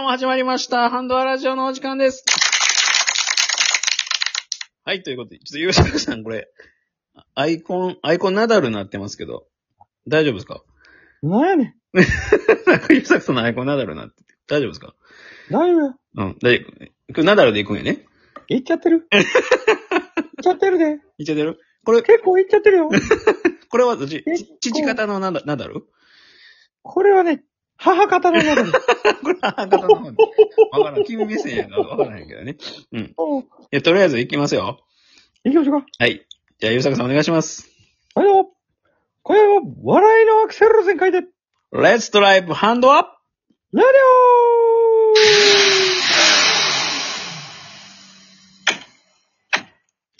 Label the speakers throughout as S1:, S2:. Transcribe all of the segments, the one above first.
S1: も始まりました。ハンドアラジオのお時間です。はい、ということで、ちょっと吉田さん、これ、アイコン、アイコンナダルになってますけど、大丈夫ですか
S2: なんやねん。
S1: なんか吉田さんのアイコンナダルになってて、大丈夫ですか
S2: 大丈夫よ。
S1: うん、大丈夫。今日ナダルで行くんやね。
S2: いっちゃってる。いっちゃってるで。
S1: いっちゃってるこれ、
S2: 結構いっちゃってるよ。
S1: これはどっち
S2: え
S1: 父方のナダナダ ル
S2: これはね、母方 の中で。
S1: これは母方の方で。わからん。君目線やからわからへんけどね。
S2: おう
S1: いや、とりあえず行きますよ。
S2: 行きましょうか。
S1: はい。じゃあ、吉田さんお願いします。
S2: はいよ。今夜は笑いのアクセル全開で、ラデ
S1: Let's drive hand up!
S2: ィ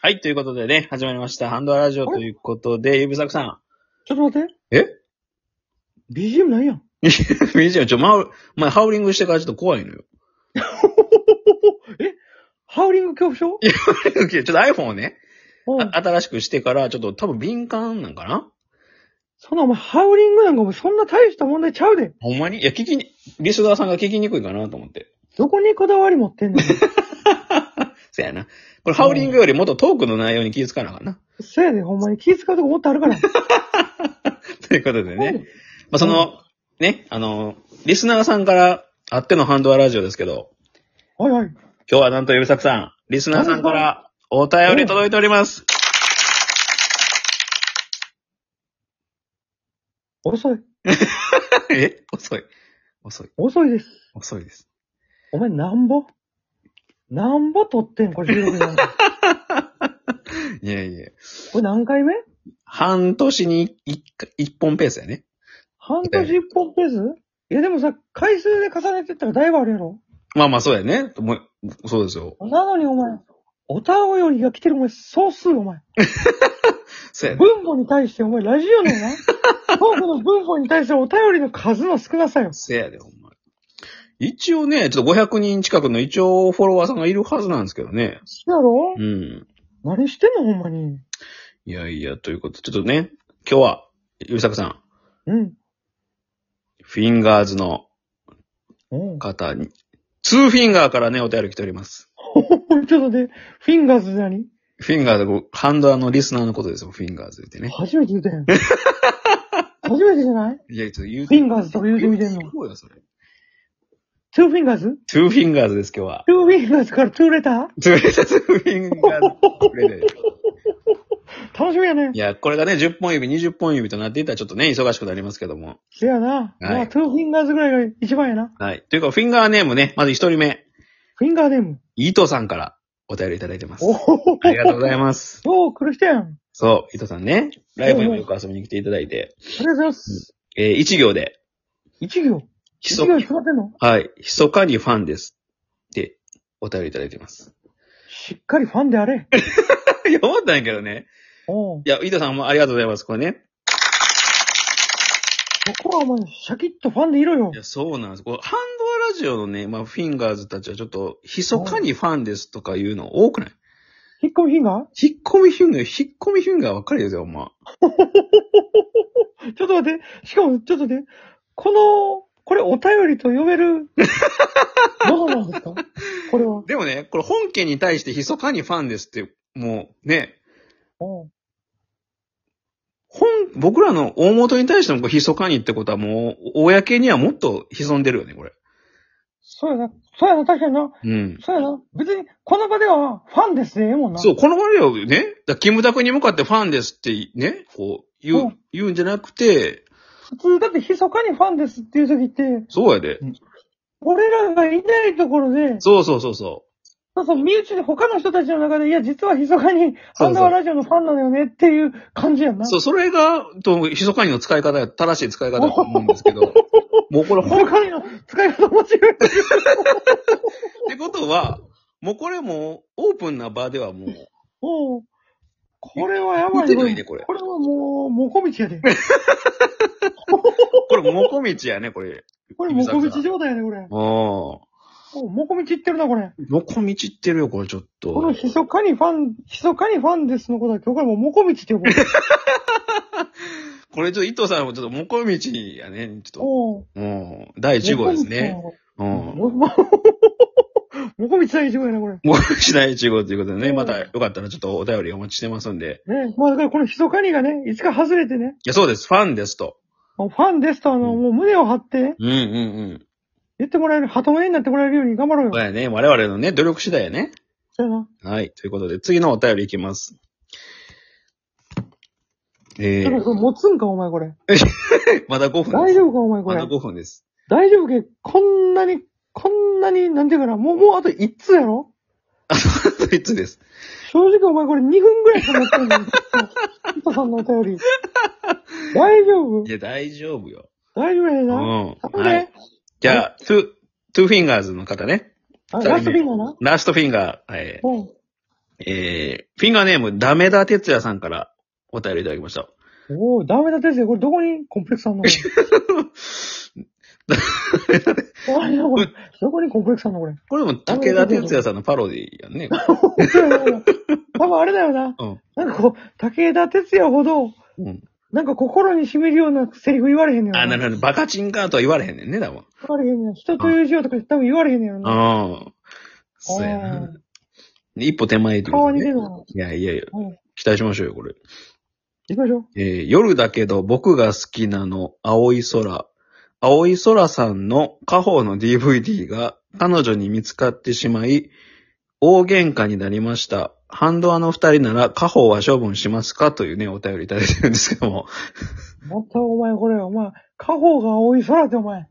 S1: はい、ということでね、始まりました。ハンドアラジオということで、ゆびさくさ
S2: オちょっと待って。
S1: え
S2: ?BGM ないやん。
S1: ん。みじちょ、まお、まあ、ハウリングしてからちょっと怖いのよ。
S2: えハウリング恐怖 症
S1: ちょっと iPhone をね、
S2: おう
S1: あ新しくしてから、ちょっと多分敏感なんかな
S2: そのお前、ハウリングなんかもそんな大した問題ちゃうで。
S1: ほんまにいや、聞きに、リスナーさんが聞きにくいかなと思って。
S2: どこにこだわり持ってん の
S1: そやな。これ、ハウリングよりもっとトークの内容に気づかなあかんな。
S2: そやで、ほんまに気遣うとこもっとあるから。
S1: ということでね。まあ、その、ね、あの、リスナーさんからあってのハンドアラジオですけど、
S2: はいはい。
S1: 今日はなんとゆびさくさん、リスナーさんからお便り届いております。
S2: 遅い。
S1: え遅い。遅い。
S2: 遅いです。
S1: 遅いです。
S2: お前なんぼなんぼ撮ってんこれ収録なんか
S1: いやいや。
S2: これ何回目
S1: 半年に一回一本ペースやね。
S2: 半年一本ペースいやでもさ、回数で重ねてったらだいぶあるやろ
S1: まあまあそうやね。もうそうですよ。
S2: なのにお前、おたおよりが来てるお前、総数お前。
S1: そうやね。
S2: 分母に対してお前、ラジオのな、僕の分母に対するお便りの数の少なさよ。
S1: せやで、ほんま。一応ね、ちょっと500人近くの一応フォロワーさんがいるはずなんですけどね。
S2: そうやろ
S1: うん。
S2: 何してんのほんまに。
S1: いやいや、ということで、ちょっとね、今日は、ゆうさくさん、
S2: うん。
S1: フィンガーズの
S2: うん。
S1: 方に、ツーフィンガーからね、お便り来ております。
S2: ちょっとね、フィンガーズで何
S1: フィンガーでこう、ハンドアのリスナーのことですよ、フィンガーズってね。
S2: 初めて言うたやん。初めてじゃない
S1: いや、ちょっと言う
S2: フィンガーズとか言うてみてん
S1: す
S2: の
S1: ごいよ、それ。
S2: ツーフィンガーズ
S1: ツーフィンガーズです、今日は。
S2: トゥーウィンガーズからトゥーレター
S1: ツーレタスフィンガープレゼント。
S2: 楽しみやね
S1: い。や、これがね、10本指、20本指となっていたらちょっとね、忙しくなりますけども。
S2: せやな。まあ、トゥーフィンガーズぐらいが一番やな。
S1: はい。というか、フィンガーネームね、まず一人目、
S2: フィンガーネーム。
S1: 伊藤さんからお便りいただいてます。
S2: おお
S1: ありがとうござい
S2: ま
S1: ます。
S2: す。おう、来る人やん。あり
S1: そう、伊藤さんね、ライブにもよく遊びに来ていただいて、
S2: がとうございます。
S1: えー、一行で、
S2: 一行。
S1: ひ
S2: 一
S1: そ、
S2: 行決まってんの
S1: はい、ひそかにファンです。って、お便りいただいてます。
S2: しっかりファンであれ。
S1: いや、思ったんやけどね。
S2: おう
S1: いや、伊藤さんもありがとうございます。これね。
S2: ここはお前、シャキッとファンでいろよ
S1: い。や、そうなんです。これ、ハンドアラジオのね、まあ、フィンガーズたちはちょっと、ひそかにファンですとかいうの多くない
S2: 引っ込みフィンガ
S1: 引っ込みフィンガー、引っ込みフィンガーばっかりですよ、ほんま。
S2: ーちょっと待って。しかも、ちょっとね、この、これお便りと呼べ る、ものなんですかこれは。
S1: でもね、これ本家に対して密かにファンですって、もうね、
S2: おう
S1: 本、僕らの大元に対してもこう密かにってことはもう、公にはもっと潜んでるよね、これ。
S2: そうやな。そうやな、確かにな。
S1: うん。
S2: そうやな。別に、この場では、ファンですでええもんな。
S1: そう、この割をね、だからキムタクに向かってファンですってね、こう、言う、
S2: うん
S1: 言うんじゃなくて、
S2: 普通、だって、密かにファンですっていう時って、
S1: そうやで。
S2: 俺らがいないところで、
S1: そうそうそうそ
S2: そうそう、身内で他の人たちの中で、いや、実は密かに、
S1: そう
S2: ハンダワラジオのファンなのよねっていう感じやんな。
S1: う。そう、それが、と、密かにの使い方、正しい使い方だと思うんですけ ど、もうこれ本
S2: 他の使い方 間違えてる。
S1: ってことは、もうこれもう、オープンな場ではもう、
S2: おうこれはやばい
S1: 見てないねこれ
S2: これはもう、もこみちやで。
S1: これ、もこみちやね、これ。
S2: これ、もこみち状態やで、これ
S1: ああ。。も
S2: おうもこみち言ってるな、これ。
S1: こみちってるよ、これ、ちょっ
S2: この、
S1: と。
S2: 密かにファン、密かにファンですのことは、今日からもう、もこみちって 呼ぼう。
S1: これ、ちょっと、伊藤さんもちょっと、もこみちやね、ちょっ
S2: おう
S1: と。もうん、第1号ですね。。うん。
S2: も、も、 もこみちさん一番やな、これ。
S1: もうしないちごということでね、
S2: うん
S1: またよかったらちょっとお便りお待ちしてますんで。
S2: ねまあだからこの密かにがね、いつか外れてね、
S1: いや、そうです。ファンですと。
S2: もうファンですと、あの、
S1: うん
S2: もう胸を張ってね、
S1: うんうん
S2: 言ってもらえる、鳩目になってもらえるように頑張ろう
S1: うん。
S2: よ。
S1: そうやね。我々のね、努力次第やね。
S2: そうやな。
S1: はい。ということで、次のお便りいきます。え
S2: ちょっとこれ持つんか、お前これ。
S1: ー、まだ5分で
S2: 大
S1: す。
S2: 丈夫か、お前こ
S1: ま
S2: れ
S1: だ。5分です。
S2: 大丈夫けこんなに、こんなに、なんていうかな、もう、もうあと1通やろ
S1: あといつです。
S2: 正直お前これ2分ぐらいかかってるのに。人さんのお便り。大丈夫
S1: いや、大丈夫よ。
S2: 大丈夫やねん
S1: う
S2: な。
S1: ん。
S2: 頼むで、
S1: はい。じゃあ、トゥ、トゥフィンガーズの方ね。
S2: あラストビンだな。
S1: ラストフィンガー、え
S2: うん。
S1: ー、えー、フィンガーネーム、ダメダ哲也さんからお便りいただきました。
S2: おおダメだ先生、これどこにコンプレックス あんのあ れだこれどこにコンプレックスあんのこれ。
S1: これも武田哲也さんのパロディやんね。
S2: 多分あれだよな。
S1: うん
S2: なんかこう、武田鉄矢ほど、
S1: うん
S2: なんか心に染みるようなセリフ言われへんねん
S1: あ、なるほど。バカチンカーとは言われへんねんね、だもん。
S2: 言われへんねん。人という字をとか多分言われへんねんよな。
S1: ああ。そうやな。一歩手前というこ
S2: 顔
S1: と
S2: に
S1: で
S2: 出
S1: ね、
S2: るの。
S1: いやいやいや、
S2: うん
S1: 期待しましょうよ、これ。
S2: 行きましょう。
S1: えー夜だけど僕が好きなの、青い空。青い空さんの家宝の DVD が彼女に見つかってしまい、大喧嘩になりました。ハンドアの二人なら家宝は処分しますかというね、お便りいただいてるんですけども。
S2: またお前これ、お前、家宝が青い空ってお前。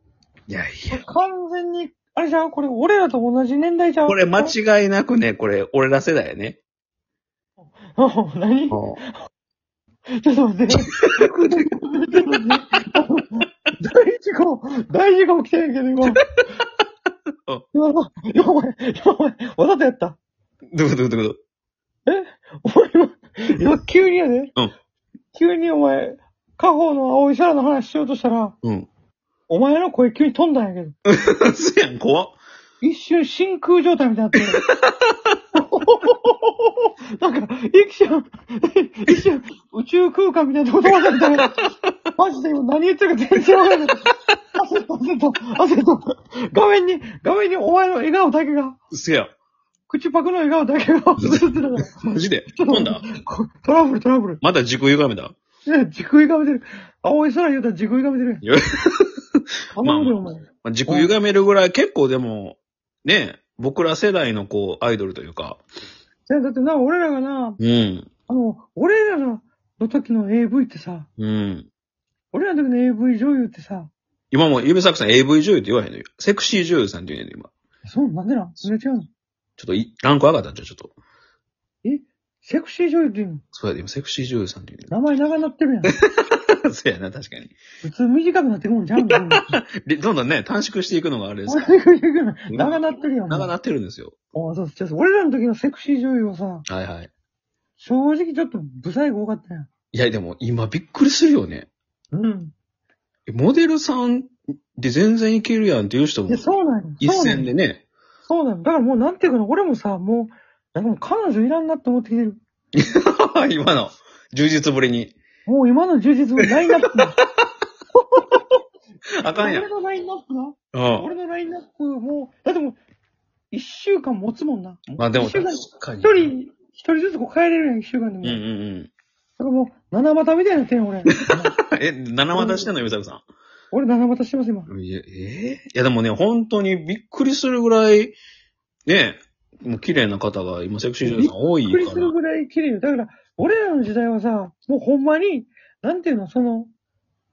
S1: いやいや。
S2: 完全に、あれじゃんこれ俺らと同じ年代じゃん
S1: これ間違いなくね、これ、俺ら世代やね。
S2: うん何ちょ
S1: も
S2: っと待って。ちょっと待って。大事故、大事故起きてるけど、今。今の、今お前、今お前、わざとやった。
S1: うどういうことどういうこ
S2: お前今、今急にやで。
S1: うん
S2: 急にお前、家宝の青い空の話しようとしたら、
S1: とうん。
S2: お前の声急に飛んだんやけど。
S1: そうやん、怖っ。
S2: 一瞬真空状態みたいになってる。 なんか、一 瞬、一瞬、宇宙空間みたいなとこ止まったみたいな。マジで今何言ってるか全然わからない。焦った、焦った、焦った。画面に、画面にお前の笑顔だけが、
S1: せや。
S2: 口パクの笑顔だけが映ってたから。
S1: マジで。飛んだ
S2: こトラブル、トラブル。
S1: まだ軸歪めだ。
S2: ね、時空歪めてる。青い空言うたら時空歪めてるやん。
S1: いや
S2: 頼むで、お前。
S1: まあ、軸歪めるぐらい、結構でも、ね、僕ら世代のこう、アイドルというか。
S2: じゃあだってな、俺らがな、
S1: うん。
S2: あの、俺らの時の AV ってさ、
S1: うん。
S2: 俺らの時の AV 女優ってさ、
S1: 今もう、指作さん AV 女優って言わへんのよ。セクシー女優さんって言うねんの今。
S2: そう、なんでなんそれ違うの
S1: ちょっとい、ランク上がったんじゃうちょっと。
S2: セクシー女優って言うの
S1: そうやで、今セクシー女優さんって言う
S2: 名前長なってるやん。
S1: ねん そうやな、確かに。
S2: 普通短くなってくもんじゃうん。
S1: で、どんどんね、短縮していくのがあれですから。
S2: 長なってるやん。
S1: 長なってるんですよ。
S2: おうそうそう俺らの時のセクシー女優はさ、
S1: はいはい。
S2: 正直ちょっと不細工多かったやん。
S1: いや、でも今びっくりするよね。
S2: うん。
S1: えモデルさんで全然いけるやんっていう人
S2: い
S1: も
S2: や、、そうなんよ。
S1: 一
S2: そうなん
S1: 戦
S2: よ
S1: でね。
S2: そうなの。だからもうなんていうかな、俺もさ、もう、なんかもう彼女いらんなって思ってきてる。
S1: 今の、充実ぶりに。
S2: もう今の充実もラインナッ プだ。
S1: あかんやん
S2: 俺。のラインナップな。
S1: うん。
S2: 俺のラインナップもう、だってもう、一週間持つもんな。
S1: まあでも、
S2: 一週
S1: 確
S2: 間に
S1: かに。
S2: 一人、一人ずつこう帰れるやん、一週間でも。
S1: うんうんうん。
S2: だからもう、七股みたいになってん よ、俺。
S1: え、七股してんのよ、ゆうさくさ
S2: 俺七股してます、今。
S1: ん。いや、えーいやでもね、本当にびっくりするぐらい、ね、もう綺麗な方が今セクシー女優さん多
S2: び
S1: い
S2: っくり
S1: か
S2: する
S1: ら。
S2: ぐらい綺麗よ。だから、俺らの時代はさ、もうほんまに、なんていうの、その、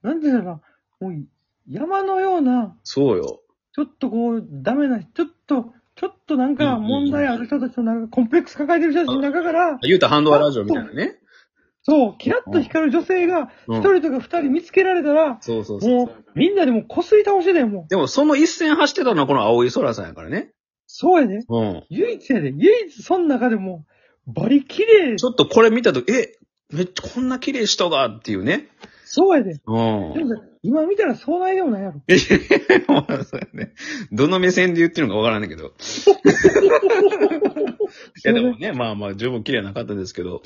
S2: なんていうんだろうな、もう、山のような、
S1: そうよ。
S2: ちょっとこう、ダメな、ちょっと、ちょっとなんか問題ある人たちの中、コンプレックス抱えてる人たちの中から、
S1: ゆうたハンドアラジオみたいなね。
S2: そう、キラッと光る女性が、
S1: う
S2: 一
S1: ん。
S2: 人とか二人見つけられたら、
S1: そうそうそ
S2: も
S1: う。
S2: う、みんなでもこすり倒してたよ、もう。
S1: でも、その一線走ってたのはこの青い空さんやからね。
S2: そうやね。
S1: うん。
S2: 唯一やで、唯一その中でも、バリ綺麗
S1: ち。ょっとこれ見たとき、え、めっちゃこんな綺麗人がっていうね。
S2: そうやで。
S1: う
S2: で
S1: ん。
S2: もさ、今見たらそうないでもないやろ。
S1: いやいやいやまあそうやね。 どの目線で言ってるのかわからないけ ど。いやでもね、まあまあ十分綺麗な方ですけど。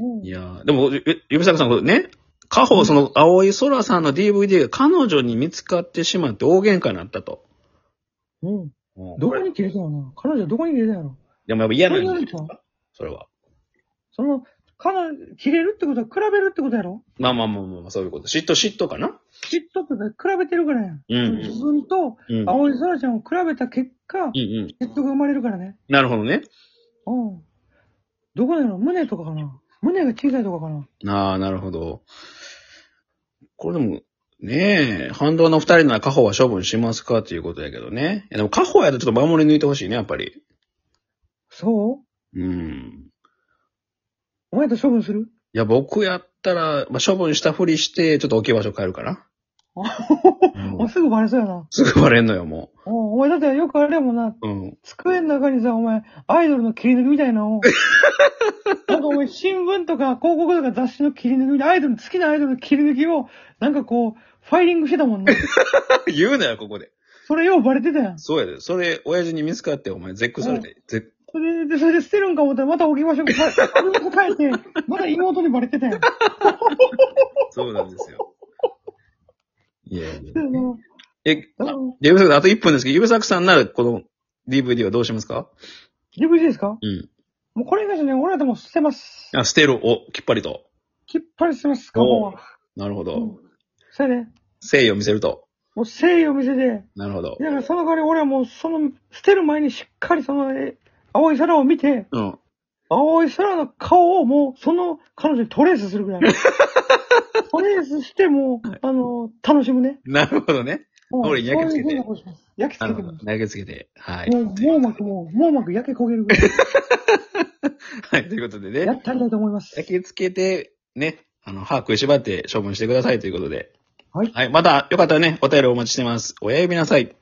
S2: うん
S1: いやーでも、え指坂さん、これね、過去、その、青い空さんの DVD が彼女に見つかってしまって大喧嘩になったと。
S2: うん。
S1: うん
S2: どこに切れたよな彼女どこに切れたやろ
S1: でもやっぱ嫌なんじゃないで
S2: それ
S1: すかそれは。
S2: その、彼女、切れるってことは比べるってことやろ
S1: まあまあまあまあまあ、そういうこと。嫉妬嫉妬かな
S2: 嫉妬って比べてるからやん。
S1: うんうん
S2: 自分と
S1: うん。うん
S2: 青い空ちゃんを比べた結果、
S1: うん。
S2: 嫉妬が生まれるからね。
S1: なるほどね。
S2: うん。どこだろう胸とかかな胸が小さいとかかな
S1: ああ、なるほど。これでも、ねえ、反動の二人なら家宝は処分しますかっていうことやけどね。いやでも家宝やとちょっと守り抜いてほしいね、やっぱり。
S2: そう
S1: うん。
S2: お前と処分する
S1: いや、僕やったら、まあ、処分したふりして、ちょっと置き場所変えるか な。う
S2: もうんすぐバレそうやな。
S1: すぐバレんのよ、も
S2: うんお前だってよくあれやもんな。
S1: う。うん。
S2: 机の中にさ、お前、アイドルの切り抜きみたいなのを。なんかお前、新聞とか広告とか雑誌の切り抜きで、アイドル、好きなアイドルの切り抜きを、なんかこう、ファイリングしてたもんね。
S1: 言うなよ、ここで。
S2: それようバレてたやん。
S1: そうやで。それ、親父に見つかって、お前、絶句されて。絶
S2: それで、それで捨てるんか思ったら、また置き場所変え、変えて、また妹にバレてた やん。
S1: そうなんですよ。いやいや
S2: そうやな
S1: え、
S2: だから
S1: で、指作あと1分ですけど、指作さんならこの DVD はどうしますか
S2: DVD ですか
S1: うん。
S2: もうこれ以外じゃね、俺らでも捨てます。
S1: あ、捨てる。お、きっぱりと。
S2: きっぱり捨てます、カモは。
S1: なるほ
S2: う
S1: ど
S2: ん。それね、
S1: 誠意を見せると。
S2: もう誠意を見せて、
S1: なるほど
S2: だ。からその代わり俺はもうその、捨てる前にしっかりその、え青い空を見て、
S1: うん。
S2: 青い空の顔をもう、その彼女にトレースする ぐらい。トレースしてもう、あの、楽しむね。
S1: なるほどね。
S2: もう
S1: 俺に焼き付けて
S2: そういうふうなことします焼き
S1: な
S2: 付
S1: る
S2: け
S1: ほ
S2: て
S1: ど。
S2: ます。
S1: 投げつけて。はい。
S2: もう、網膜も、網膜焼け焦げるぐ らい。
S1: はい。ということで
S2: や
S1: ね
S2: っ。てあげたいと思います。
S1: 焼き付けて、ね。あの、歯食いしばって処分してくださいということで。
S2: はい
S1: はい。また、よかったらね、お便りお待ちしてます。親指なさい。